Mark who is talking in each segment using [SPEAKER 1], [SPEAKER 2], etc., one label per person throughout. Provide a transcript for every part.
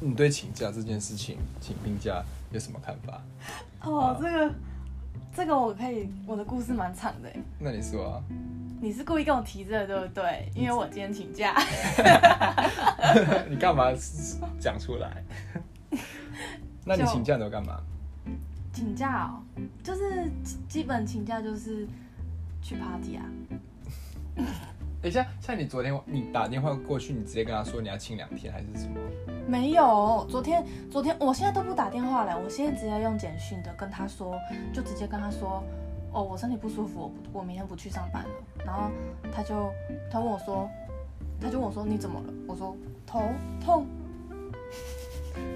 [SPEAKER 1] 你对请假这件事情，请病假有什么看法？
[SPEAKER 2] 哦，这个这个我可以，我的故事蛮长的耶。
[SPEAKER 1] 那你说 啊？
[SPEAKER 2] 你是故意跟我提这个对不对？因为我今天请假，
[SPEAKER 1] 你干嘛讲出 来？那你
[SPEAKER 2] 就
[SPEAKER 1] 请假都干嘛？
[SPEAKER 2] 请假哦，就是基基本请假就是去 party 啊。
[SPEAKER 1] 等一下，像你昨天你打电话过去，你直接跟他说你要请两天还是什么？
[SPEAKER 2] 没有，昨天昨天我现在都不打电话了，我现在直接用简讯的跟他说，就直接跟他说，哦，我身体不舒服，我不我明天不去上班了。然后他就他问我说，他就问我说你怎么了？我说头痛，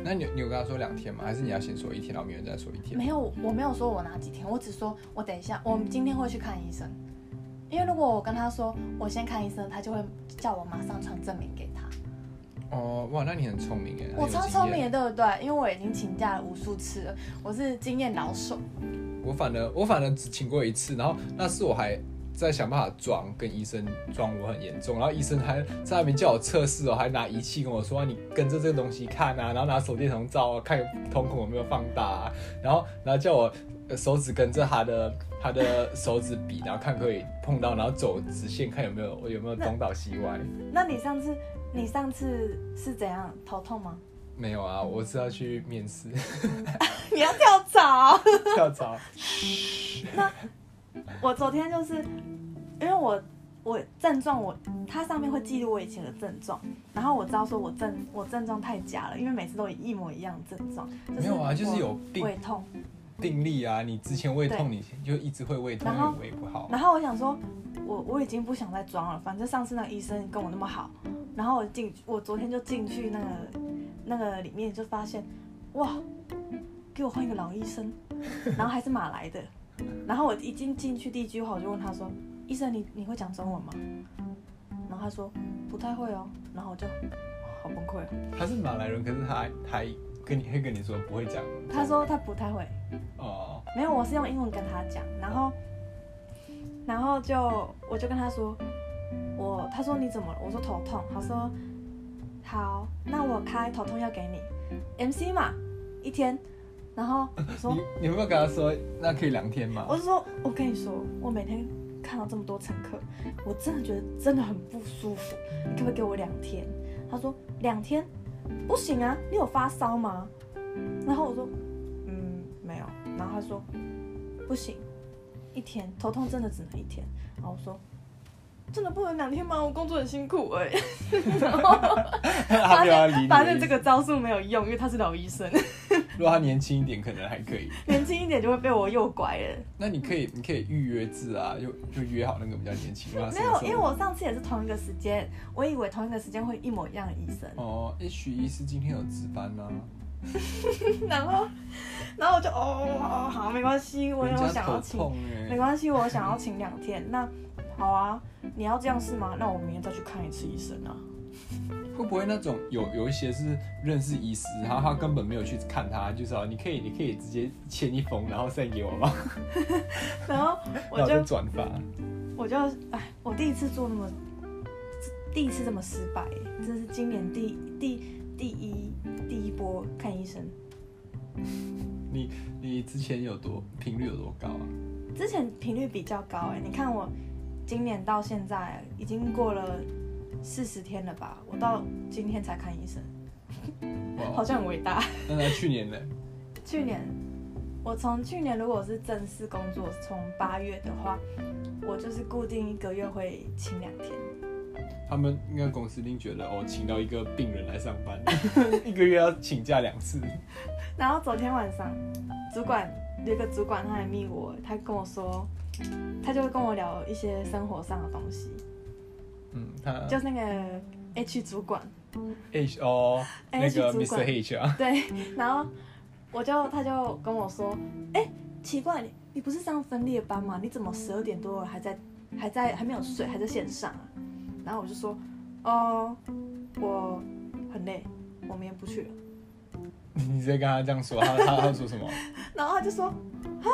[SPEAKER 1] 那你有你有跟他说两天吗？还是你要先说一天，然后明天再说一天？
[SPEAKER 2] 没有，我没有说我哪几天，我只说我等一下，我今天会去看医生。因为如果我跟他说我先看医生，他就会叫我马上传证明给他。
[SPEAKER 1] 哦，哇，那你很聪明哎，
[SPEAKER 2] 我
[SPEAKER 1] 很有
[SPEAKER 2] 超
[SPEAKER 1] 经
[SPEAKER 2] 聪
[SPEAKER 1] 验
[SPEAKER 2] 明的，对不对？因为我已经请假了无数次了，我是经验老手。
[SPEAKER 1] 我反而我反而只请过一次，然后那次我还在想办法装跟医生装我很严重，然后医生还在那边叫我测试哦，还拿仪器跟我说、啊你跟着这个东西看啊，然后拿手电筒照啊，看瞳孔有没有放大、啊，然后然后叫我呃手指跟着他的他的手指比，然后看可以碰到，然后走直线看有没有我有没有东倒西歪。
[SPEAKER 2] 那你上次你上次是怎样头痛吗？
[SPEAKER 1] 没有啊，我是要去面试
[SPEAKER 2] 你要跳槽？
[SPEAKER 1] 跳槽。
[SPEAKER 2] 我昨天就是因为我我症状我它上面会记录我以前的症状，然后我知道说我症我症状太假了，因为每次都一模一样的症状。就
[SPEAKER 1] 没有啊就是
[SPEAKER 2] 我
[SPEAKER 1] 有病
[SPEAKER 2] 胃痛。
[SPEAKER 1] 病例啊，你之前胃痛，
[SPEAKER 2] 对
[SPEAKER 1] 你就一直会胃痛，
[SPEAKER 2] 然后
[SPEAKER 1] 因为胃不好。
[SPEAKER 2] 然后我想说，我我已经不想再装了，反正上次那个医生跟我那么好，然后我进我昨天就进去那个那个里面就发现，哇，给我换一个老医生，然后还是马来的，然后我一进进去第一句话我就问他说，医生你你会讲中文吗？然后他说不太会哦，然后我就好崩溃哦，
[SPEAKER 1] 他是马来人，可是他还跟你会跟你说不会讲。
[SPEAKER 2] 他说他不太会，
[SPEAKER 1] 哦，
[SPEAKER 2] 没有，我是用英文跟他讲，然后，然后就我就跟他说，我他说你怎么了？我说头痛。他说好，那我开头痛药给你，MC 嘛，一天。然后我说
[SPEAKER 1] 你你有没有跟他说那可以两天吗？
[SPEAKER 2] 我就说我跟你说，我每天看到这么多乘客，我真的觉得真的很不舒服，你可不可以给我两天？他说两天不行啊，你有发烧吗？然后我说嗯没有，然后他说不行，一天头痛真的只能一天。然后我说真的不能两天吗？我工作很辛苦哎、
[SPEAKER 1] 他
[SPEAKER 2] 发
[SPEAKER 1] 没有要理
[SPEAKER 2] 现
[SPEAKER 1] 你。
[SPEAKER 2] 发现这个，招数没有用，因为他是老医生，
[SPEAKER 1] 如果他年轻一点，可能还可以。
[SPEAKER 2] 年轻一点就会被我诱拐了。
[SPEAKER 1] 那你可以你可以预约制啊，就就约好那个比较年轻。没
[SPEAKER 2] 没有，因为我上次也是同一个时间，我以为同一个时间会一模一样的医生，
[SPEAKER 1] 哦，H 医师今天有啊值班呢、
[SPEAKER 2] 然后，然后我就哦哦好，没关系，我
[SPEAKER 1] 人
[SPEAKER 2] 有
[SPEAKER 1] 家
[SPEAKER 2] 想
[SPEAKER 1] 头
[SPEAKER 2] 要请，
[SPEAKER 1] 痛
[SPEAKER 2] 没
[SPEAKER 1] 哎、
[SPEAKER 2] 关系，我想要请两天，那好啊，你要这样是吗？那我明天再去看一次医生啊。
[SPEAKER 1] 会不会那种有有一些是认识医师，然后他根本没有去看他，就是啊，你可以你可以直接签一封，然后 send 给我吗？
[SPEAKER 2] 然后我
[SPEAKER 1] 然后
[SPEAKER 2] 就
[SPEAKER 1] 就转发。
[SPEAKER 2] 我就哎，我第一次做那么，第一次这么失败，这是今年第第第一第一波看医生。
[SPEAKER 1] 你你之前有多频率有多高啊？
[SPEAKER 2] 之前频率比较高哎、你看我今年到现在已经过了四十天了吧？我到今天才看医生，好
[SPEAKER 1] 哇，
[SPEAKER 2] 像很伟大。
[SPEAKER 1] 那他去年呢？
[SPEAKER 2] 去年我从去年如果是正式工作，从八月的话，我就是固定一个月会请两天。
[SPEAKER 1] 他们应该公司一定觉得哦，请到一个病人来上 班，一个月要请假两次。
[SPEAKER 2] 然后昨天晚上，主管有一个主管他来密我，他跟我说，他就跟我聊一些生活上的东西，
[SPEAKER 1] 嗯，他
[SPEAKER 2] 就是那个 H 主管，
[SPEAKER 1] H 哦，那
[SPEAKER 2] H
[SPEAKER 1] 个
[SPEAKER 2] 哎主
[SPEAKER 1] Mr.
[SPEAKER 2] 管
[SPEAKER 1] H 啊，
[SPEAKER 2] 对，然后我就他就跟我说，哎、奇怪，你你不是上分裂班吗？你怎么
[SPEAKER 1] 嗯
[SPEAKER 2] 十二点多了还在还在还没有睡，还在线上啊？然后我就说，哦，我很累，我明天不去了。
[SPEAKER 1] 你直接跟他这样说，他他他说什 么？哎
[SPEAKER 2] 然后他就说，啊，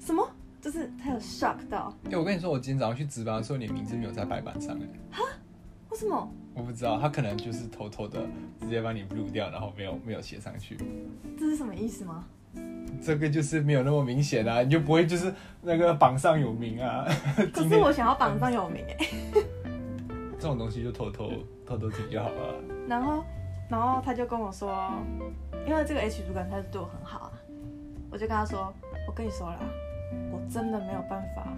[SPEAKER 2] 什么？就是他有 shock 到，
[SPEAKER 1] 哎、我跟你说，我今天早上去值班的时候，你的名字没有在白板上哎、
[SPEAKER 2] 为为什么？
[SPEAKER 1] 我不知道，他可能就是偷偷的直接把你 blue 掉，然后没有没有写上去。
[SPEAKER 2] 这是什么意思吗？
[SPEAKER 1] 这个就是没有那么明显啊，你就不会就是那个榜上有名啊。
[SPEAKER 2] 可
[SPEAKER 1] 今
[SPEAKER 2] 是
[SPEAKER 1] 天
[SPEAKER 2] 我想要榜上有名哎。
[SPEAKER 1] 这种东西就偷偷
[SPEAKER 2] 嗯
[SPEAKER 1] 偷偷听就好了。
[SPEAKER 2] 然后，然后他就跟我说，因为这个 H 主管他就对我很好啊，我就跟他说，我跟你说啦，我真的没有办法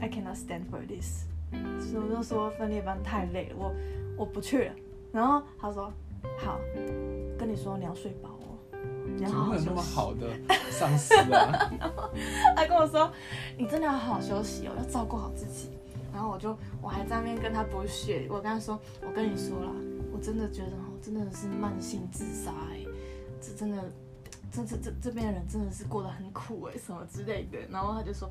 [SPEAKER 2] ，I cannot stand for this。所以我就说分裂班太累了，我我不去了。然后他说，好，跟你说你要睡饱哦，你
[SPEAKER 1] 怎
[SPEAKER 2] 要
[SPEAKER 1] 么
[SPEAKER 2] 好
[SPEAKER 1] 会有
[SPEAKER 2] 好休息。
[SPEAKER 1] 那么好的上司 啊？
[SPEAKER 2] 他跟我说：“你真的要好好休息哦，要照顾好自己。”然后我就我还在那边跟他不屑，我跟他说：“我跟你说啦，我真的觉得哦，真的是慢性自杀哎、这真的，这这这这边的人真的是过得很苦哎、什么之类的。”然后他就说，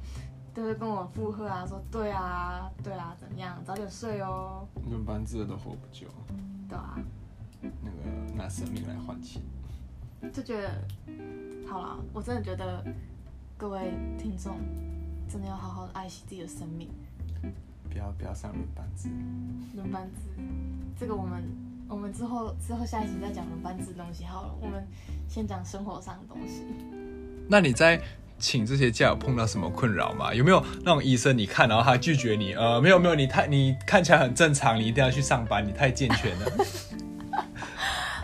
[SPEAKER 2] 就是跟我附和啊，说：“对啊，对啊，怎样，早点睡哦，
[SPEAKER 1] 你们班这都活不久，
[SPEAKER 2] 对啊。”
[SPEAKER 1] 那个拿生命来换钱。
[SPEAKER 2] 就觉得，好啦，我真的觉得各位听众真的要好好地爱惜自己的生命。
[SPEAKER 1] 不要不要上轮班制，
[SPEAKER 2] 轮班制，这个我们我们之后之后下一集再讲轮班制的东西好了。我们先讲生活上的东西。
[SPEAKER 1] 那你在请这些假有碰到什么困扰吗？有没有那种医生你看然后他拒绝你？呃，没有没有，你太你看起来很正常，你一定要去上班，你太健全 了。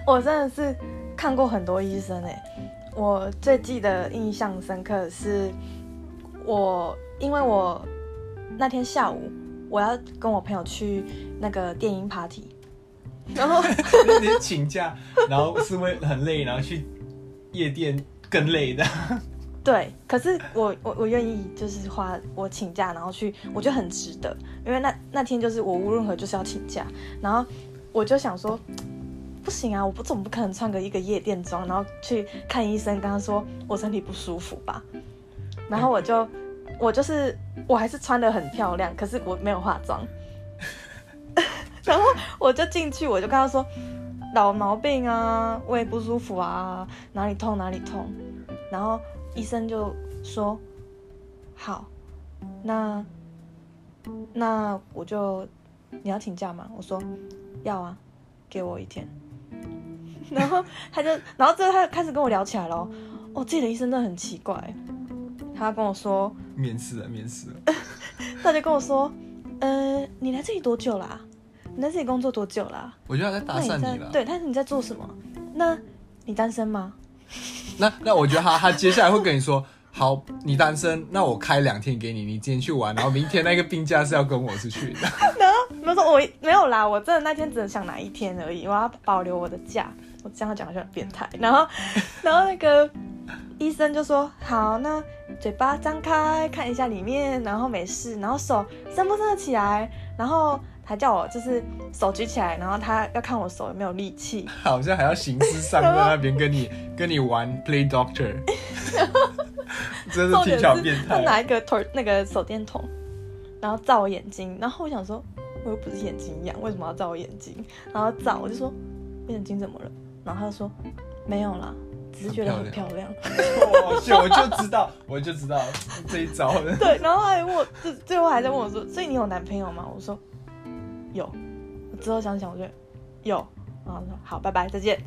[SPEAKER 2] 我真的是看过很多医生哎、我最记得印象深刻的是我，因为我那天下午我要跟我朋友去那个电音 party，然后
[SPEAKER 1] 那你请假，然后是为很累，然后去夜店更累 的。
[SPEAKER 2] 对，可是我我我愿意，就是花我请假，然后去，我觉得很值得，因为那那天就是我无论如何就是要请假，然后我就想说，不行啊，我不总不可能穿个一个夜店装，然后去看医生，跟他说我身体不舒服吧，然后我就我就是我还是穿的很漂亮，可是我没有化妆， 然后我就进去，我就跟他说老毛病啊，胃不舒服啊，哪里痛哪里痛，然后医生就说：“好，那那我就你要请假吗？”我说：“要啊，给我一天。” 然后他就，然后之后他就开始跟我聊起来咯。哦，自己的医生真的很奇怪，他跟我说，
[SPEAKER 1] 面试了，面试了。
[SPEAKER 2] 他就跟我说：“呃，你来这里多久啦、你在这里工作多久啦、
[SPEAKER 1] 我觉得他在搭
[SPEAKER 2] 那
[SPEAKER 1] 讪
[SPEAKER 2] 你
[SPEAKER 1] 你
[SPEAKER 2] 在
[SPEAKER 1] 了。
[SPEAKER 2] 对，但是你在做什么？那你单身吗？
[SPEAKER 1] 那那我觉得他他接下来会跟你说，好，你单身，那我开两天给你，你今天去玩，然后明天那个病假是要跟我出去的。
[SPEAKER 2] 没有说我没有啦，我真的那天只能想哪一天而已，我要保留我的假。我这样讲好像很变态。然后， 然后那个医生就说：“好，那嘴巴张开看一下里面，然后没事，然后手伸不伸得起来，然后还叫我就是手举起来，然后他要看我手有没有力气。
[SPEAKER 1] 好像还要形式上在那边跟你跟你玩 play doctor，真的
[SPEAKER 2] 重
[SPEAKER 1] 听
[SPEAKER 2] 点
[SPEAKER 1] 起来好
[SPEAKER 2] 是
[SPEAKER 1] 变
[SPEAKER 2] 他拿
[SPEAKER 1] 态。啊哦
[SPEAKER 2] 一个头那个手电筒，然后照我眼睛，然后我想说我又不是眼睛一样，为什么要照我眼睛？然后照我就说眼睛怎么了？然后他就说没有啦，只是觉得很漂亮。
[SPEAKER 1] 我去，我就知道，我就知道这一招。
[SPEAKER 2] 对，然后还问我，最最后还在问我说，所以你有男朋友吗？我说有。我之后想想，我觉得有。然后他说好，拜拜，再见。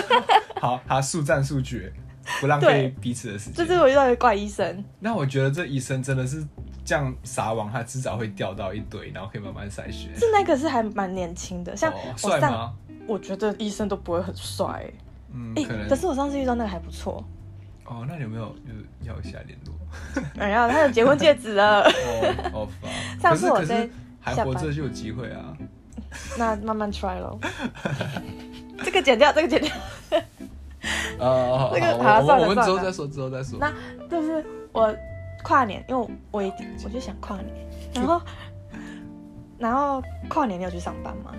[SPEAKER 1] 好，他速战速决，不浪
[SPEAKER 2] 对
[SPEAKER 1] 费彼此的时
[SPEAKER 2] 这
[SPEAKER 1] 间。
[SPEAKER 2] 是我遇到一个怪医生，
[SPEAKER 1] 那我觉得这医生真的是这样撒网，他迟早会钓到一堆，然后可以慢慢筛选。
[SPEAKER 2] 是那个是还蛮年轻的，像
[SPEAKER 1] 哦
[SPEAKER 2] 我
[SPEAKER 1] 帅
[SPEAKER 2] 上，
[SPEAKER 1] 吗？
[SPEAKER 2] 我觉得医生都不会很帅、欸。
[SPEAKER 1] 嗯，
[SPEAKER 2] 哎、
[SPEAKER 1] 可能
[SPEAKER 2] 可是我上次遇到那个还不错，
[SPEAKER 1] 哦，那你有没有就是要一下联络？
[SPEAKER 2] 哎呀，他有结婚戒 指了，
[SPEAKER 1] 哦哦，fuck
[SPEAKER 2] 上次我
[SPEAKER 1] 可是可
[SPEAKER 2] 在
[SPEAKER 1] 是还活着就有机会啊！
[SPEAKER 2] 那慢慢 try 咯。这个剪掉，这个剪掉，
[SPEAKER 1] 呃，好
[SPEAKER 2] 这个
[SPEAKER 1] 好
[SPEAKER 2] 好
[SPEAKER 1] 我
[SPEAKER 2] 算了
[SPEAKER 1] 我们
[SPEAKER 2] 算
[SPEAKER 1] 之后
[SPEAKER 2] 了
[SPEAKER 1] 再说，之后再说。
[SPEAKER 2] 那就是我跨年，因为我一定我就想跨年，然后然后跨年你有去上班吗？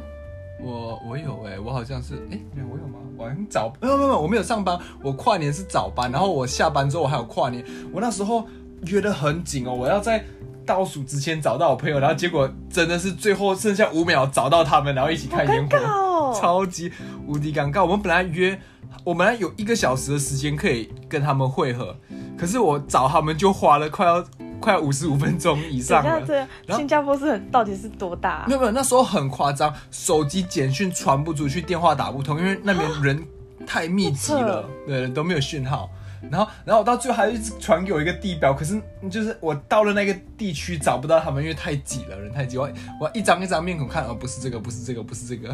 [SPEAKER 1] 我我有哎、我好像是哎、没有我有吗？我很早，没有没有没有，我没有上班，我跨年是早班，然后我下班之后我还有跨年，我那时候约的很紧哦，我要在倒数之前找到我朋友，然后结果真的是最后剩下五秒找到他们，然后一起
[SPEAKER 2] 好
[SPEAKER 1] 看烟
[SPEAKER 2] 尴
[SPEAKER 1] 火，
[SPEAKER 2] 尬哦，
[SPEAKER 1] 超级无敌尴尬。我们本来约，我们本来有一个小时的时间可以跟他们会合，可是我找他们就花了快要快五十五分钟以上
[SPEAKER 2] 等一下
[SPEAKER 1] 了。
[SPEAKER 2] 这
[SPEAKER 1] 然后
[SPEAKER 2] 个新加坡是很到底是多大啊、
[SPEAKER 1] 没有没有，那时候很夸张，手机简讯传不出去，电话打不通，因为那边人太密集了
[SPEAKER 2] 好扯，
[SPEAKER 1] 对，都没有讯号。然后，然后我到最后还一直传给我一个地标，可是就是我到了那个地区找不到他们，因为太挤了，人太挤。我我一张一张面孔看，哦，不是这个，不是这个，不是这个。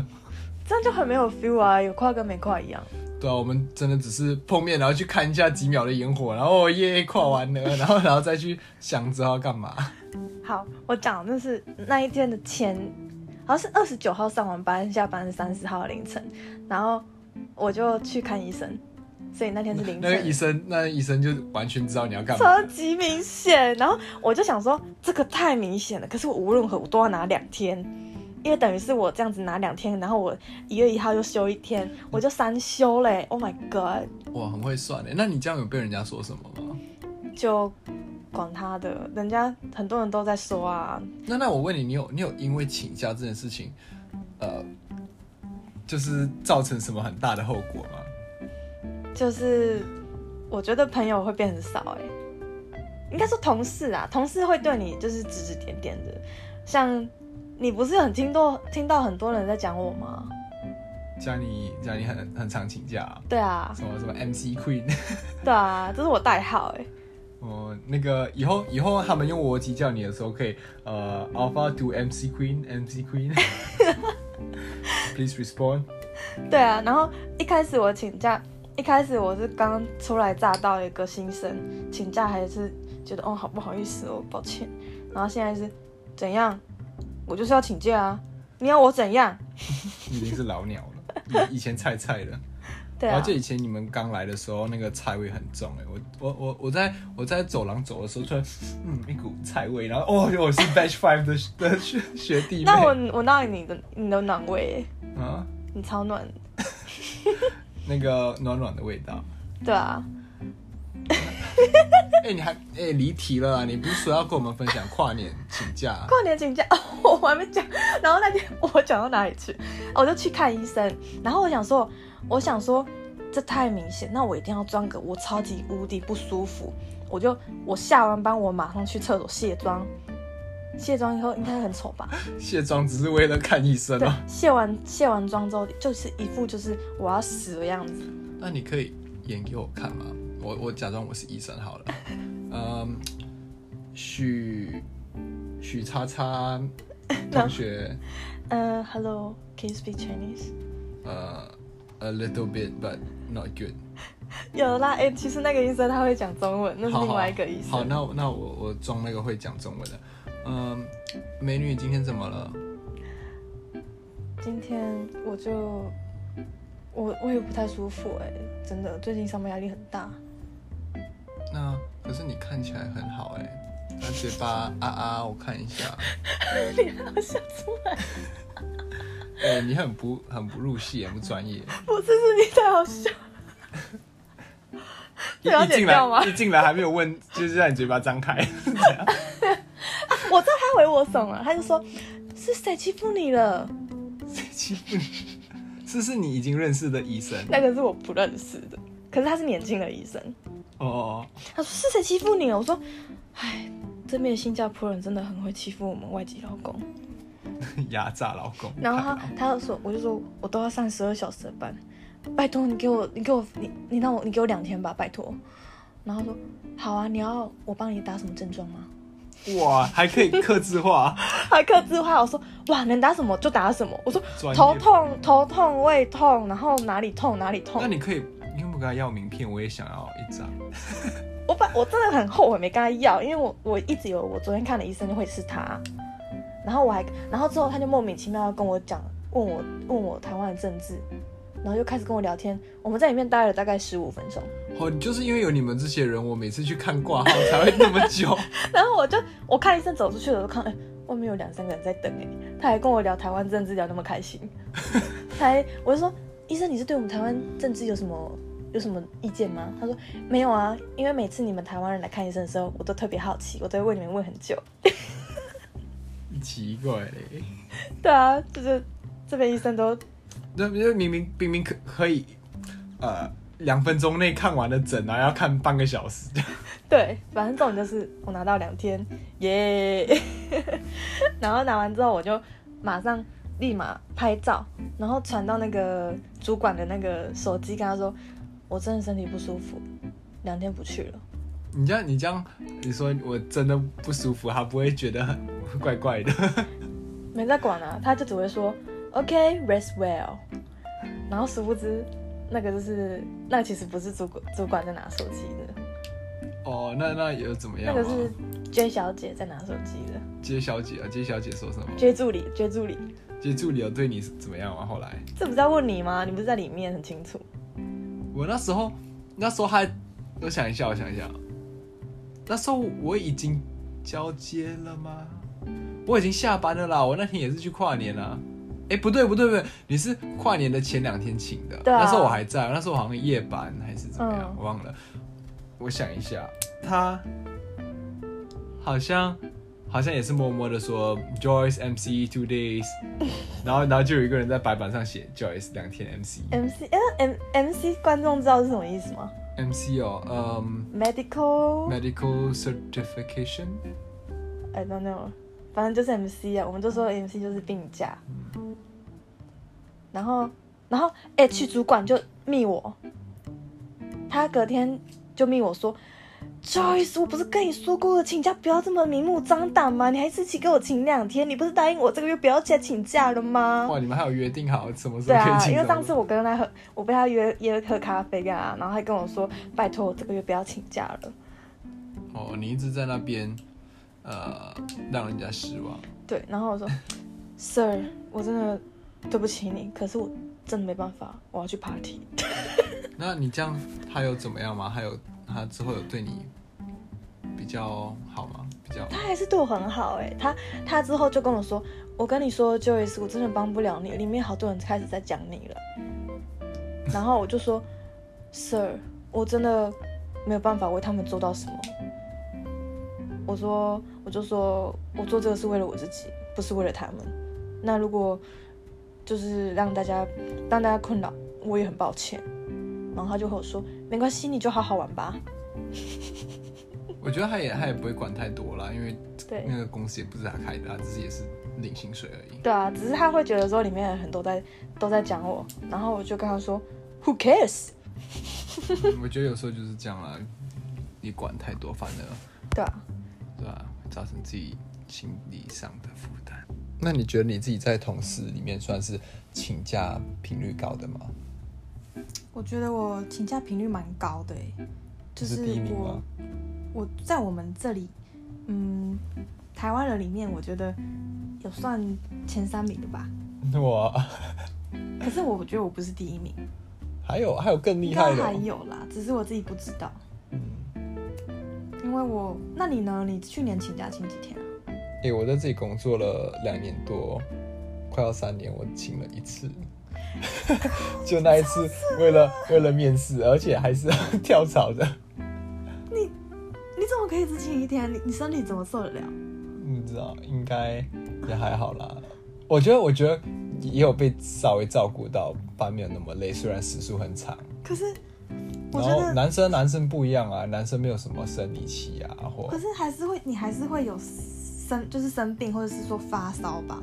[SPEAKER 2] 这样就很没有 feel 啊，有跨跟没跨一样。
[SPEAKER 1] 对啊，我们真的只是碰面，然后去看一下几秒的烟火，然后哦耶跨完了，然后然后再去想着要干嘛。
[SPEAKER 2] 好，我讲的是那一天的前，好像是二十九号上完班，下班是三十号凌晨，然后我就去看医生，所以那天是凌晨。
[SPEAKER 1] 那个医生，那个医生就完全知道你要干嘛
[SPEAKER 2] 超。级明显。然后我就想说，这个太明显了，可是我无论如何我都要拿两天，因为等于是我这样子拿两天，然后我一月一号就休一天，我就三休嘞。Oh
[SPEAKER 1] 嗯
[SPEAKER 2] my god！
[SPEAKER 1] 哇，很会算欸诶。那你这样有被人家说什么吗？
[SPEAKER 2] 就管他的，人家很多人都在说啊，
[SPEAKER 1] 那那我问你，你有你有因为请假这件事情，呃，就是造成什么很大的后果吗？
[SPEAKER 2] 就是我觉得朋友会变很少哎、应该说同事啊，同事会对你就是指指点点的，像你不是很听到听到很多人在讲我吗？
[SPEAKER 1] 像你，像你很很常请假、啊，
[SPEAKER 2] 对啊，
[SPEAKER 1] 什么什么 MC Queen，
[SPEAKER 2] 对啊，这是我代号哎、
[SPEAKER 1] 哦，那个以后以后他们用我鸡叫你的时候，可以呃，Alpha to MC Queen，MC Queen，Please respond。
[SPEAKER 2] 对啊，然后一开始我请假，一开始我是刚初来乍到一个新生，请假还是觉得哦好不好意思哦，抱歉。然后现在是怎样？我就是要请假啊，你要我怎样？
[SPEAKER 1] 已经是老鸟了，以以前菜菜的。
[SPEAKER 2] 对
[SPEAKER 1] 而
[SPEAKER 2] 啊，
[SPEAKER 1] 且以前你们刚来的时候，那个菜味很重哎、我我我我在我在走廊走的时候，突然嗯一股菜味，然后哦，我是 Batch Five 的的学学弟妹。
[SPEAKER 2] 那我我那你的你的暖胃耶，
[SPEAKER 1] 啊，
[SPEAKER 2] 你超暖，
[SPEAKER 1] 那个暖暖的味道。
[SPEAKER 2] 对啊，
[SPEAKER 1] 哎、你还哎离、题了啊！你不是说要跟我们分享跨年请假、
[SPEAKER 2] 过年请假、 哦，我还没讲。然后那天我讲到哪里去？我就去看医生。然后我想说，我想说这太明显，那我一定要装个我超级无敌不舒服。我就我下完班，我马上去厕所卸妆。卸妆以后应该很丑吧？
[SPEAKER 1] 卸妆只是为了看医生
[SPEAKER 2] 对
[SPEAKER 1] 哦、，
[SPEAKER 2] 卸完卸完妆之后，就是一副就是我要死的样子。
[SPEAKER 1] 那你可以演给我看吗？我我假装我是医生好了。嗯，许许叉叉 同学。
[SPEAKER 2] 嗯、h e l l o c a n you speak Chinese？
[SPEAKER 1] 呃，a little bit but not good。
[SPEAKER 2] 有啦，哎、其实那个医生他会讲中文，那是
[SPEAKER 1] 好
[SPEAKER 2] 另
[SPEAKER 1] 好
[SPEAKER 2] 外一个医生。
[SPEAKER 1] 好，那我那我我装那个会讲中文的。嗯，美女今天怎么了？
[SPEAKER 2] 今天我就我我也不太舒服哎、真的，最近上班压力很大。
[SPEAKER 1] 那可是你看起来很好哎、那嘴巴啊啊，我看一 下。
[SPEAKER 2] 你还要笑出来？
[SPEAKER 1] 哎、你很不很不入戏，很不专业。
[SPEAKER 2] 不是，是你太好笑。
[SPEAKER 1] 一
[SPEAKER 2] 这要
[SPEAKER 1] 一
[SPEAKER 2] 剪
[SPEAKER 1] 进
[SPEAKER 2] 掉吗
[SPEAKER 1] 来一进来还没有问，就是让你嘴巴张开。
[SPEAKER 2] 我知道他回我什么，他就说是谁欺负你了？
[SPEAKER 1] 谁欺负你？ 是是你已经认识的医生
[SPEAKER 2] 那个是我不认识的，可是他是年轻的医生。
[SPEAKER 1] 哦哦，哦
[SPEAKER 2] 他说是谁欺负你了？我说，唉，这边的新加坡人真的很会欺负我们外籍劳工。
[SPEAKER 1] 压榨老公。
[SPEAKER 2] 然后他他就说，我就说我都要上十二小时的班，拜托你给我你给我你你让我你给我两天吧，拜托。然后他说好啊，你要我帮你打什么症状吗？
[SPEAKER 1] 哇，还可以克制 化，
[SPEAKER 2] 还克制化，我说哇，能打什么就打什么。我说
[SPEAKER 1] 专业
[SPEAKER 2] 头痛头痛胃痛，然后哪里痛哪里痛
[SPEAKER 1] 那。你可以，你有没有跟他要名片？我也想要一张。
[SPEAKER 2] 我把我真的很后悔没跟他要，因为我我一直以为我昨天看的医生会是他，然后我还然后之后他就莫名其妙地跟我讲，问我问我台湾的政治，然后就开始跟我聊天，我们在里面待了大概十五分钟，
[SPEAKER 1] 哦，就是因为有你们这些人，我每次去看挂号才会那么久。
[SPEAKER 2] 然后我就我看医生走出去了，我就看哎、外面有两三个人在等哎、他还跟我聊台湾政治聊那么开心，他还我就说医生你是对我们台湾政治有什么？有什么意见吗？他说没有啊，因为每次你们台湾人来看医生的时候，我都特别好奇，我都会为你们问很久。
[SPEAKER 1] 奇怪嘞，
[SPEAKER 2] 对啊，就是这边医生都
[SPEAKER 1] 那那明明明明可可以，呃，两分钟内看完的诊啊，要看半个小时。
[SPEAKER 2] 对，反正重点就是我拿到两天，耶、 然后拿完之后，我就马上立马拍照，然后传到那个主管的那个手机，跟他说我真的身体不舒服，两天不去了。
[SPEAKER 1] 你这样，你这样，你说我真的不舒服，他不会觉得很 怪怪的。
[SPEAKER 2] 没在管啊，他就只会说 OK rest well，然后殊不知那个就是那个其实不是主管主管在拿手机的，
[SPEAKER 1] 哦，那那又怎么
[SPEAKER 2] 那
[SPEAKER 1] 样啊
[SPEAKER 2] 个
[SPEAKER 1] 吗？
[SPEAKER 2] 是 J 小姐在拿手机的
[SPEAKER 1] 接小姐啊，接小姐说什么？
[SPEAKER 2] ，J 助理 J 助理，
[SPEAKER 1] 接助理有对你是怎么样吗？后来
[SPEAKER 2] 这不是在问你吗？你不是在里面很清楚，
[SPEAKER 1] 我那时候，那时候还，我想一下，我想一下，那时候我已经交接了吗？我已经下班了啦，我那天也是去跨年啦。哎、不对不对不对，你是跨年的前两天请的，
[SPEAKER 2] 对啊
[SPEAKER 1] 那时候我还在，那时候我好像夜班还是怎么样，
[SPEAKER 2] 嗯
[SPEAKER 1] 我忘了。我想一下，他好像好像也是默默的说 Joyce MC two days，然 后然后就有一个人在白板上写 Joyce 两天 MC
[SPEAKER 2] MC 呃 M MC 观众知道是什么意思吗
[SPEAKER 1] MC 哦，嗯。
[SPEAKER 2] ？Medical
[SPEAKER 1] medical certification，
[SPEAKER 2] I don't know，反正就是 MC 啊，我们就说 MC 就是病假。然后，然后 H 主管就密我，他隔天就密我说，Joyce，我不是跟你说过了，请假不要这么明目张胆吗？你还是请给我请两天，你不是答应我这个月不要再请假了吗？
[SPEAKER 1] 哇，你们还有约定好什么时
[SPEAKER 2] 对
[SPEAKER 1] 候可以
[SPEAKER 2] 啊，
[SPEAKER 1] 请
[SPEAKER 2] 因为
[SPEAKER 1] 什
[SPEAKER 2] 上
[SPEAKER 1] 么
[SPEAKER 2] 次我跟他喝，我被他约约喝咖啡干啊，然后他跟我说，拜托我这个月不要请假了。
[SPEAKER 1] 哦，你一直在那边，呃，让人家失望。
[SPEAKER 2] 对，然后我说，Sir，我真的对不起你，可是我真的没办法，我要去 party。
[SPEAKER 1] 那你这样他有怎么样吗？还有他之后有对你比较好吗？比较
[SPEAKER 2] 他还是对我很好哎、他他之后就跟我说，我跟你说，Joyce，我真的帮不了你，里面好多人开始在讲你了。然后我就说，Sir，我真的没有办法为他们做到什么。我说，我就说我做这个是为了我自己，不是为了他们。那如果就是让大家让大家困扰，我也很抱歉。然后他就和我说，没关系，你就好好玩吧。
[SPEAKER 1] 我觉得他也他也不会管太多啦，因为
[SPEAKER 2] 对
[SPEAKER 1] 那个公司也不是他开的，他自己也是领薪水而已。
[SPEAKER 2] 对啊，只是他会觉得说里面的人都在都在讲我，然后我就跟他说，Who cares？
[SPEAKER 1] 我觉得有时候就是这样啦，你管太多反而
[SPEAKER 2] 对啊，
[SPEAKER 1] 对吧、会造成自己心理上的负担。那你觉得你自己在同事里面算是请假频率高的吗？
[SPEAKER 3] 我觉得我请假频率蛮高的欸，就
[SPEAKER 1] 你是第一名
[SPEAKER 3] 我
[SPEAKER 1] 吗
[SPEAKER 3] 我在我们这里，嗯，台湾人里面，我觉得有算前三名的吧。
[SPEAKER 1] 我
[SPEAKER 3] 可是我觉得我不是第一名，
[SPEAKER 1] 还有还有更
[SPEAKER 3] 应
[SPEAKER 1] 厉害
[SPEAKER 3] 该
[SPEAKER 1] 的
[SPEAKER 3] 还
[SPEAKER 1] 哦，
[SPEAKER 3] 有啦，只是我自己不知道。
[SPEAKER 1] 嗯，
[SPEAKER 3] 因为我，那你呢？你去年请假请几天啊？
[SPEAKER 1] 诶、哎我在这里工作了两年多，快要三年，我请了一次， 就那一次为了为了面试，而且还是跳槽的，
[SPEAKER 3] 你怎么可以只请一天？你你身体怎么受得了？
[SPEAKER 1] 你知道，应该也还好啦。我觉得我觉得也有被稍微照顾到，班没有那么累，虽然时数很长。
[SPEAKER 3] 可是我
[SPEAKER 1] 然
[SPEAKER 3] 觉
[SPEAKER 1] 后
[SPEAKER 3] 得，
[SPEAKER 1] 男生男生不一样啊，男生没有什么生理期啊，或
[SPEAKER 3] 可是还是会，你还是会有生，就是生病，或者是说发烧吧。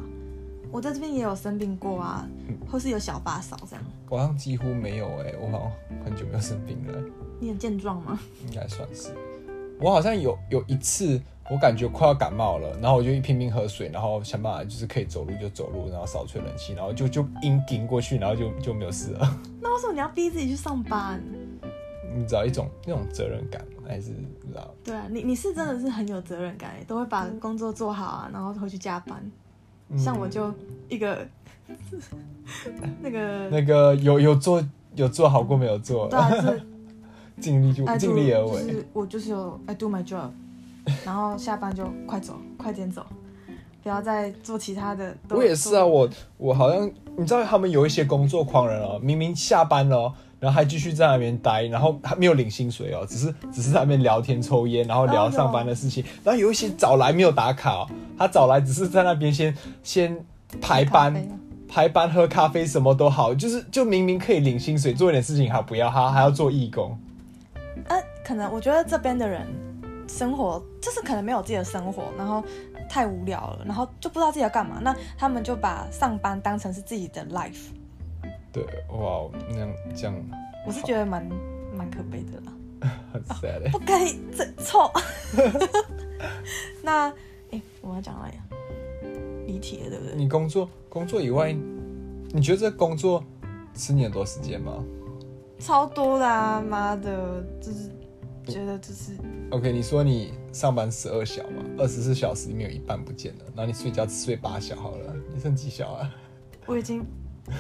[SPEAKER 3] 我在这边也有生病过啊，或是有小发烧这样。
[SPEAKER 1] 我好像几乎没有哎、我好像很久没有生病了，
[SPEAKER 3] 你很健壮吗？
[SPEAKER 1] 应该算是。我好像有有一次，我感觉快要感冒了，然后我就拼命喝水，然后想办法就是可以走路就走路，然后少吹冷气，然后就就硬顶过去，然后就就没有事了。
[SPEAKER 3] 那为什么你要逼自己去上班？
[SPEAKER 1] 你知道一种那种责任感，还是不知道。
[SPEAKER 3] 对啊，你你是真的是很有责任感欸，都会把工作做好啊，然后回去加班。
[SPEAKER 1] 嗯
[SPEAKER 3] 像我就一 个那个
[SPEAKER 1] 那个有有做有做好过没有做，
[SPEAKER 3] 对啊，就是
[SPEAKER 1] 尽力就
[SPEAKER 3] I do，
[SPEAKER 1] 尽力而为。
[SPEAKER 3] 就是我就是有 I do my job，然 后下班就快走，快点走，不要再做其他的。都
[SPEAKER 1] 我也是啊，
[SPEAKER 3] 都
[SPEAKER 1] 我我好像你知道他们有一些工作狂人哦，明明下班了哦，然后还继续在那边待，然后还没有领薪水哦，只是只是在那边聊天抽烟，然后聊
[SPEAKER 3] 哦有
[SPEAKER 1] 上班的事情。然后有一些早来没有打卡哦，他早来只是在那边先先排
[SPEAKER 3] 咖啡
[SPEAKER 1] 班
[SPEAKER 3] 啊。
[SPEAKER 1] 排班喝咖啡什么都好，就是就明明可以领薪水做一点事情还不要，他还要做义工。
[SPEAKER 3] 呃，可能我觉得这边的人
[SPEAKER 2] 生活就是可能没有自己的生活，然后太无聊了，然后就不知道自己要干嘛。那他们就把上班当成是自己的 life，
[SPEAKER 1] 对，哇，那样这样
[SPEAKER 2] 我是觉得蛮蛮可悲的啦，
[SPEAKER 1] 很 sad 欸
[SPEAKER 2] 不该这臭。 那哎、诶我要讲哪里啊？离题了，对不对？
[SPEAKER 1] 你工作工作以外，你觉得这工作吃你很多时间吗
[SPEAKER 2] 超多啦、妈的，就是觉得就是
[SPEAKER 1] ？OK，你说你上班十二小嘛，二十四小时里面有一半不见了，然后你睡觉睡八小好了，你剩几小啊？
[SPEAKER 2] 我已经，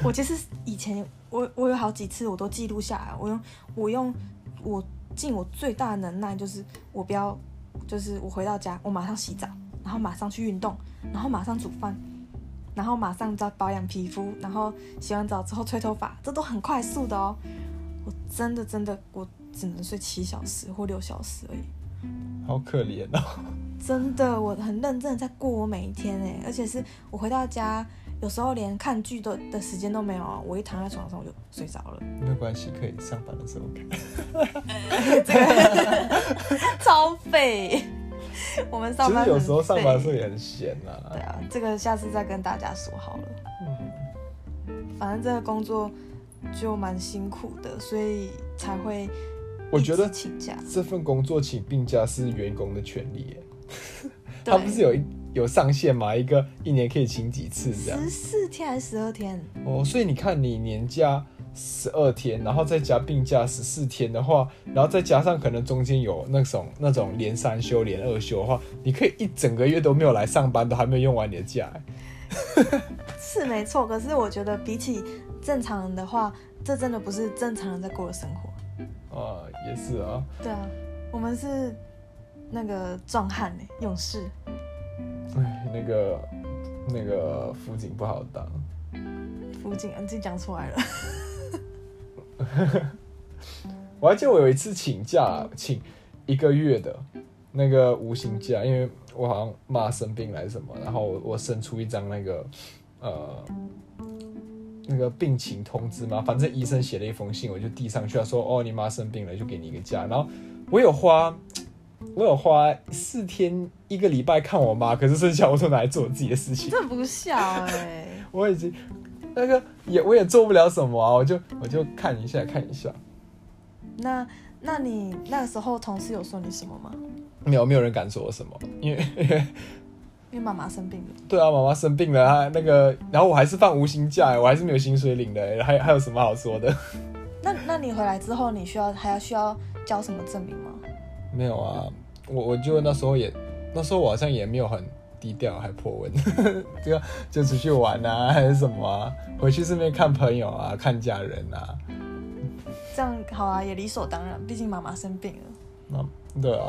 [SPEAKER 2] 我其实以前我我有好几次我都记录下来，我用我用我尽我最大的能耐，就是我不要，就是我回到家，我马上洗澡，然后马上去运动，然后马上煮饭，然后马上再保养皮肤，然后洗完澡之后吹头发，这都很快速的哦。我真的真的我只能睡七小时或六小时而已。
[SPEAKER 1] 好可怜哦。
[SPEAKER 2] 真的，我很认真的在过我每一天哎，而且是我回到家，有时候连看剧的的时间都没有哦，我一躺在床上我就睡着了，
[SPEAKER 1] 没有关系，可以上班的时候看。
[SPEAKER 2] 超废。我们上
[SPEAKER 1] 其
[SPEAKER 2] 班
[SPEAKER 1] 实有时候
[SPEAKER 2] 很
[SPEAKER 1] 上班的
[SPEAKER 2] 废
[SPEAKER 1] 时候也很闲呐、啊
[SPEAKER 2] 对。啊，这个下次再跟大家说好了。
[SPEAKER 1] 嗯
[SPEAKER 2] 反正这个工作就蛮辛苦的，所以才会
[SPEAKER 1] 我觉得
[SPEAKER 2] 一直请假。
[SPEAKER 1] 这份工作请病假是员工的权利耶，
[SPEAKER 2] 对
[SPEAKER 1] 他不是有一有上限嘛？一个一年可以请几次这样？
[SPEAKER 2] 十四天还是十二天？
[SPEAKER 1] 哦，所以你看你年假十二天，然后再加病假十四天的话，然后再加上可能中间有那种那种连三休、连二休的话，你可以一整个月都没有来上班，都还没有用完你的假哎耶。
[SPEAKER 2] 是没错，可是我觉得比起正常人的话，这真的不是正常人在过的生活。
[SPEAKER 1] 啊、也是啊，
[SPEAKER 2] 对啊，我们是那个壮汉呢，勇士。
[SPEAKER 1] 哎，那个那个辅警不好当。
[SPEAKER 2] 辅警，嗯，自己讲出来了。
[SPEAKER 1] 我还记得我有一次请假，请一个月的那个无薪假，因为我好像妈生病来什么，然后我我伸出一张那个呃那个病情通知嘛，反正医生写了一封信，我就递上去，他说哦你妈生病了，就给你一个假。然后我有花我有花四天一个礼拜看我妈，可是剩下我都拿来做我自己的事情。
[SPEAKER 2] 这不笑哎、
[SPEAKER 1] 我已经那个也我也做不了什么啊，我就我就看一下看一下，
[SPEAKER 2] 那那你那个时候同事有说你什么吗？
[SPEAKER 1] 没有没有人敢说我什么，因为。因为
[SPEAKER 2] 因为妈妈生病了，
[SPEAKER 1] 对啊，妈妈生病了，她那个，然后我还是放无薪假耶，我还是没有薪水领的耶，还还有什么好说的？
[SPEAKER 2] 那那你回来之后，你需要还要需要交什么证明吗？
[SPEAKER 1] 没有啊，我我就那时候也，那时候我好像也没有很低调，还破文， 这个就出去玩啊，还是什么啊，回去顺便看朋友啊，看家人啊，
[SPEAKER 2] 这样好啊，也理所当然，毕竟妈妈生病了。
[SPEAKER 1] 那对啊，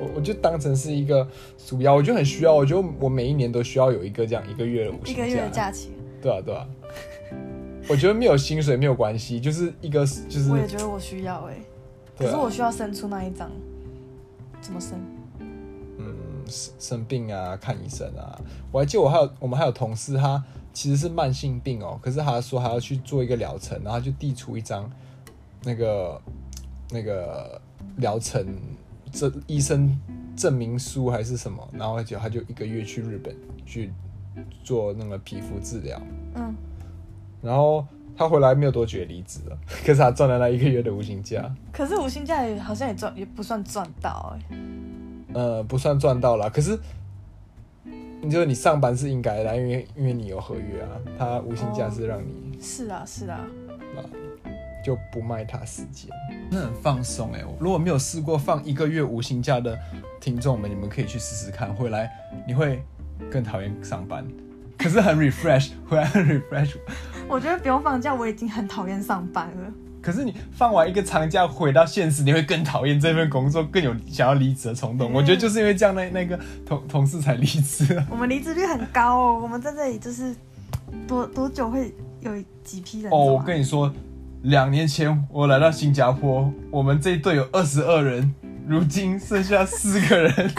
[SPEAKER 1] 我我就当成是一个暑假，我就很需要，我觉得我每一年都需要有一个这样一个月的无
[SPEAKER 2] 一
[SPEAKER 1] 薪
[SPEAKER 2] 个月的假期，
[SPEAKER 1] 对啊对啊，我觉得没有薪水没有关系，就是一个就是
[SPEAKER 2] 我也觉得我需要哎、
[SPEAKER 1] 对
[SPEAKER 2] 可
[SPEAKER 1] 啊
[SPEAKER 2] 是我需要生出那一张，怎么生？
[SPEAKER 1] 嗯生生病啊，看医生啊。我还记得我还有我们还有同事，他其实是慢性病哦，可是他说还要去做一个疗程，然后他就递出一张那个那个疗程这医生证明书还是什么，然后就他就一个月去日本去做那个皮肤治疗，
[SPEAKER 2] 嗯，
[SPEAKER 1] 然后他回来没有多久也离职了，可是他赚了那一个月的无薪假。
[SPEAKER 2] 可是五薪假也好像也赚也不算赚到哎、
[SPEAKER 1] 呃，不算赚到啦，可是，你就是你上班是应该的啦，因为因为你有合约啊，他无薪假是让你、
[SPEAKER 2] 是啊是啊，
[SPEAKER 1] 啊就不卖他时间，那很放松哎、我如果没有试过放一个月无薪假的听众们，你们可以去试试看，回来你会更讨厌上班，可是很 refresh，回来很 refresh。
[SPEAKER 2] 我觉得不用放假，我已经很讨厌上班了。
[SPEAKER 1] 可是你放完一个长假回到现实，你会更讨厌这份工作，更有想要离职的冲动。我觉得就是因为这样那那个同同事才离职啊
[SPEAKER 2] 我们离职率很高哦，我们在这里就是多多久会有几批人、啊？
[SPEAKER 1] 哦，我跟你说，两年前我来到新加坡，我们这一队有二十二人，如今剩下四个人。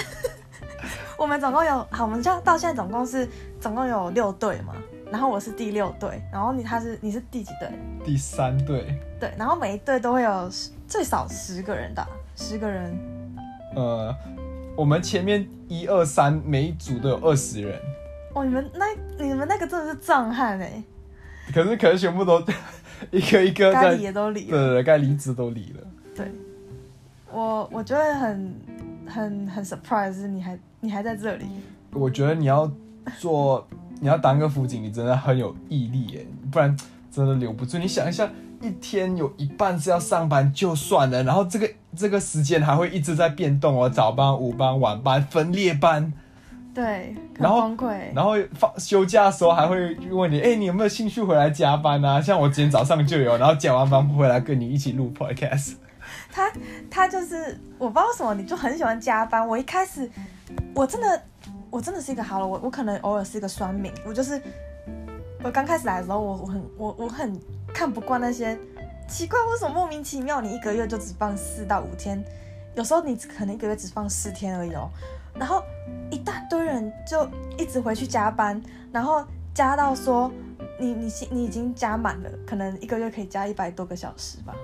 [SPEAKER 2] 我们总共有好，我们就到现在总共是总共有六队嘛，然后我是第六队，然后你他是你是第几队？
[SPEAKER 1] 第三队，
[SPEAKER 2] 对，然后每一队都会有十最少十个人的啊，十个人
[SPEAKER 1] 呃，我们前面一二三每一组都有二十人，
[SPEAKER 2] 哦，你们那你们那个真的是壮 汉哎，
[SPEAKER 1] 可是可是全部都 一个一个
[SPEAKER 2] 该
[SPEAKER 1] 在，
[SPEAKER 2] 理也
[SPEAKER 1] 对
[SPEAKER 2] 都理了。
[SPEAKER 1] 对对，该离职都离了。
[SPEAKER 2] 对，我我觉得很很很 surprise，是你还你还在这里。
[SPEAKER 1] 我觉得你要做，你要当个辅警，你真的很有毅力耶，不然真的留不住。你想一下，一天有一半是要上班就算了，然后这个这个时间还会一直在变动哦，早班、午班、晚班、分裂班，
[SPEAKER 2] 对，很
[SPEAKER 1] 然后
[SPEAKER 2] 崩溃。
[SPEAKER 1] 然后放休假的时候还会问你，哎，你有没有兴趣回来加班啊？像我今天早上就有，然后加完班回来跟你一起 录 podcast。
[SPEAKER 2] 他他就是我不知道为什么，你就很喜欢加班。我一开始我真的我真的是一个好了，我我可能偶尔是一个酸民，我就是我刚开始来的时候，我我很我我很看不惯那些奇怪，为什么莫名其妙你一个月就只放四到五天，有时候你可能一个月只放四天而已哦。然后一大堆人就一直回去加班，然后加到说你你你已经加满了，可能一个月可以加一百多个小时吧。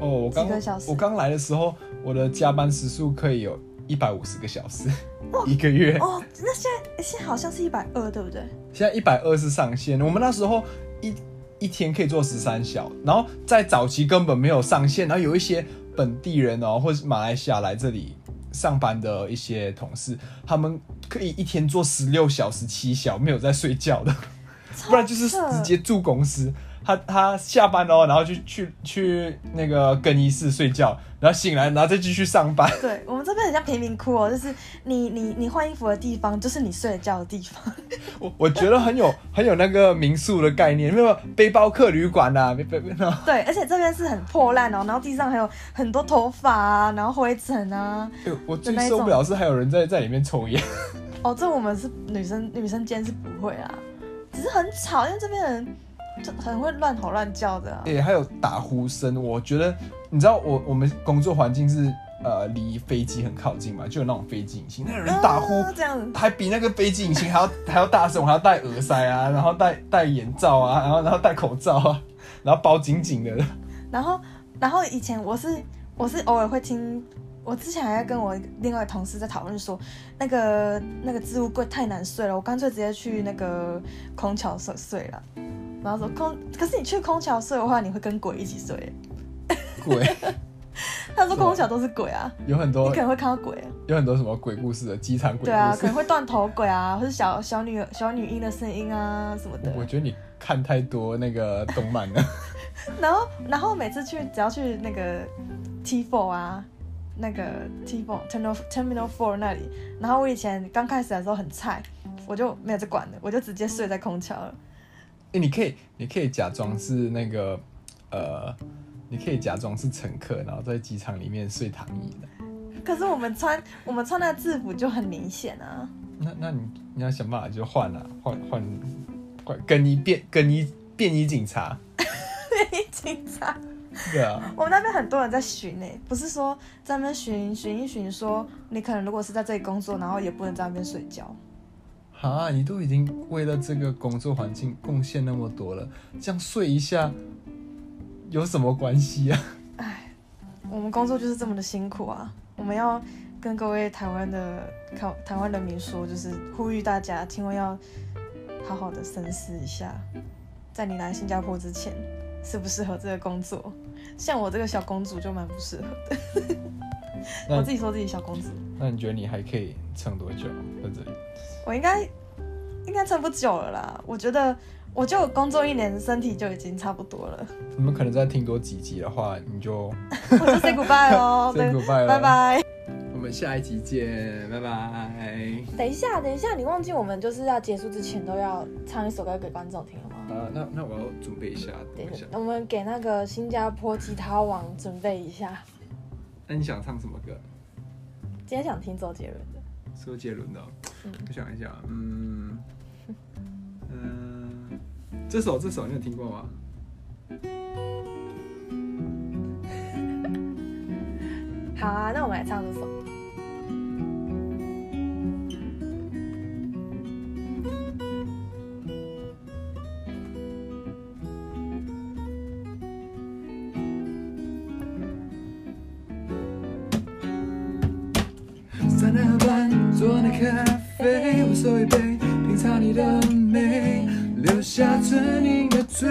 [SPEAKER 1] 哦，我刚
[SPEAKER 2] 几个小时
[SPEAKER 1] 我刚来的时候，我的加班时数可以有一百五十个小时， 一个月。
[SPEAKER 2] 哦，那现在现在好像是一百二，对不对？
[SPEAKER 1] 现在一百二是上限，我们那时候一一天可以做十三小，然后在早期根本没有上限，然后有一些本地人哦，或是马来西亚来这里上班的一些同事，他们可以一天做十六小时、七小，没有在睡觉的，不然就是
[SPEAKER 2] 超扯
[SPEAKER 1] 直接住公司。他他下班哦，然后就去去那个更衣室睡觉，然后醒来，然后再继续上班。
[SPEAKER 2] 对我们这边很像贫民窟哦，就是你你你换衣服的地方，就是你睡觉的地方。
[SPEAKER 1] 我我觉得很有很有那个民宿的概念，没有背包客旅馆呐、啊，背背背。
[SPEAKER 2] 对，而且这边是很破烂哦，然后地上还有很多头发啊，然后灰尘啊。
[SPEAKER 1] 哎 我最
[SPEAKER 2] 的那一
[SPEAKER 1] 受不了是还有人在在里面抽烟，
[SPEAKER 2] 哦，这我们是女生女生间是不会啊，只是很吵，因为这边人就很会乱吼乱叫的、啊。
[SPEAKER 1] 哎、还有打呼声。我觉得，你知道我我们工作环境是呃离飞机很靠近嘛，就有那种飞机引擎，那有人打呼，
[SPEAKER 2] 啊这样子，
[SPEAKER 1] 还比那个飞机引擎还要 还要大声，我还要戴耳塞啊，然后戴戴眼罩啊，然后然后戴口罩啊，然后包紧紧的。
[SPEAKER 2] 然后，然后以前我是我是偶尔会听，我之前还在跟我另外同事在讨论说，那个那个置物柜太难睡了，我干脆直接去那个空桥睡睡了。然后说空，可是你去空桥睡的话，你会跟鬼一起睡。
[SPEAKER 1] 鬼
[SPEAKER 2] 他说空桥都是鬼啊，
[SPEAKER 1] 有很
[SPEAKER 2] 你
[SPEAKER 1] 多
[SPEAKER 2] 可能会看到鬼、啊。
[SPEAKER 1] 有很多什么鬼故事的，机场鬼
[SPEAKER 2] 对啊，
[SPEAKER 1] 故
[SPEAKER 2] 可
[SPEAKER 1] 事。
[SPEAKER 2] 能会断头鬼啊，或是小小女小女婴的声音啊什么的。
[SPEAKER 1] 我觉得你看太多那个动漫了。
[SPEAKER 2] 然后，然后每次去只要去那个 T four 啊，那个 T four terminal terminal four 那里，然后我以前刚开始的时候很菜，我就没有在管的，我就直接睡在空桥了。
[SPEAKER 1] 哎、你可以，你可以假装是那个，呃，你可以假装是乘客，然后在机场里面睡躺椅的。
[SPEAKER 2] 可是我们穿我们穿那制服就很明显啊，
[SPEAKER 1] 那那你你要想办法就换啊，换换换更衣便更衣便衣警察，
[SPEAKER 2] 警察。
[SPEAKER 1] 对啊，
[SPEAKER 2] 我们那边很多人在巡诶、不是说在那边巡巡一巡说你可能如果是在这里工作，然后也不能在那边睡觉。
[SPEAKER 1] 啊，你都已经为了这个工作环境贡献那么多了，这样睡一下有什么关系啊？
[SPEAKER 2] 我们工作就是这么的辛苦啊！
[SPEAKER 1] 嗯
[SPEAKER 2] 我们要跟各位台湾的台台湾人民说，就是呼吁大家，千万要好好的深思一下，在你来新加坡之前，适不适合这个工作？像我这个小公主就蛮不适合的。
[SPEAKER 1] 那
[SPEAKER 2] 我自己说自己小公主，
[SPEAKER 1] 那你觉得你还可以撑多久在这里？
[SPEAKER 2] 我应该应该撑不久了啦。我觉得，我就工作一年，身体就已经差不多了。
[SPEAKER 1] 你们可能再听多几集的话，你就
[SPEAKER 2] 我就 say goodbye 喽，
[SPEAKER 1] say
[SPEAKER 2] 对，
[SPEAKER 1] goodbye 了
[SPEAKER 2] 拜拜。
[SPEAKER 1] 我们下一集见，拜拜。
[SPEAKER 2] 等一下，等一下，你忘记我们就是要结束之前都要唱一首歌给观众听了吗？
[SPEAKER 1] 啊，那那我要准备一下，等
[SPEAKER 2] 等
[SPEAKER 1] 一
[SPEAKER 2] 一
[SPEAKER 1] 下
[SPEAKER 2] 下。，我们给那个新加坡吉他王准备一下。
[SPEAKER 1] 那你想唱什么歌？
[SPEAKER 2] 今天想听周杰伦的，
[SPEAKER 1] 周杰伦的哦
[SPEAKER 2] 嗯，
[SPEAKER 1] 我想一下，嗯，嗯、这首这首你有听过吗？
[SPEAKER 2] 好啊，那我们来唱这首。
[SPEAKER 1] Sana ba 昨晚的咖啡，我手一杯，品尝你的美，留下唇印的嘴。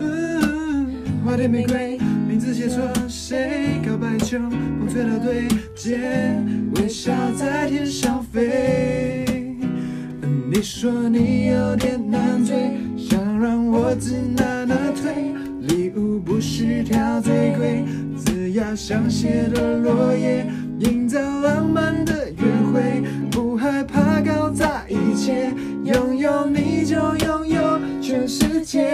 [SPEAKER 1] 呜花店玫瑰，名字写错谁？告白就风吹到对街，微笑在天上飞。你说你有点难追，想让我知难而退。礼物不需挑最贵，只要香榭的落叶，营造浪漫的约会，不害怕搞砸一切，拥有你就拥有全世界。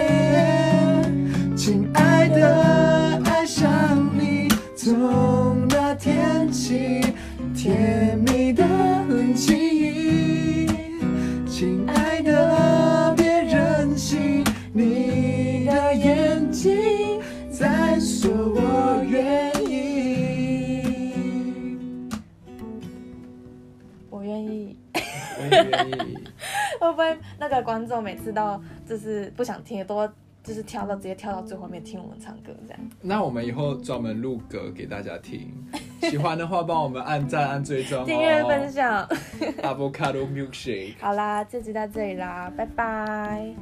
[SPEAKER 1] 亲爱的，爱上你，从那天起，甜蜜的记忆。亲爱的，别任性，你的眼睛在说我愿意。
[SPEAKER 2] 我愿意。
[SPEAKER 1] 我也愿意。
[SPEAKER 2] 会不会那个观众每次到就是不想听的都就是跳到直接跳到最后面听我们唱歌这样？
[SPEAKER 1] 那我们以后专门录歌给大家听，喜欢的话帮我们按赞、按追踪、哦。
[SPEAKER 2] 订阅分享。
[SPEAKER 1] Avocado Milkshake。
[SPEAKER 2] 好啦，这集到这里啦，拜拜。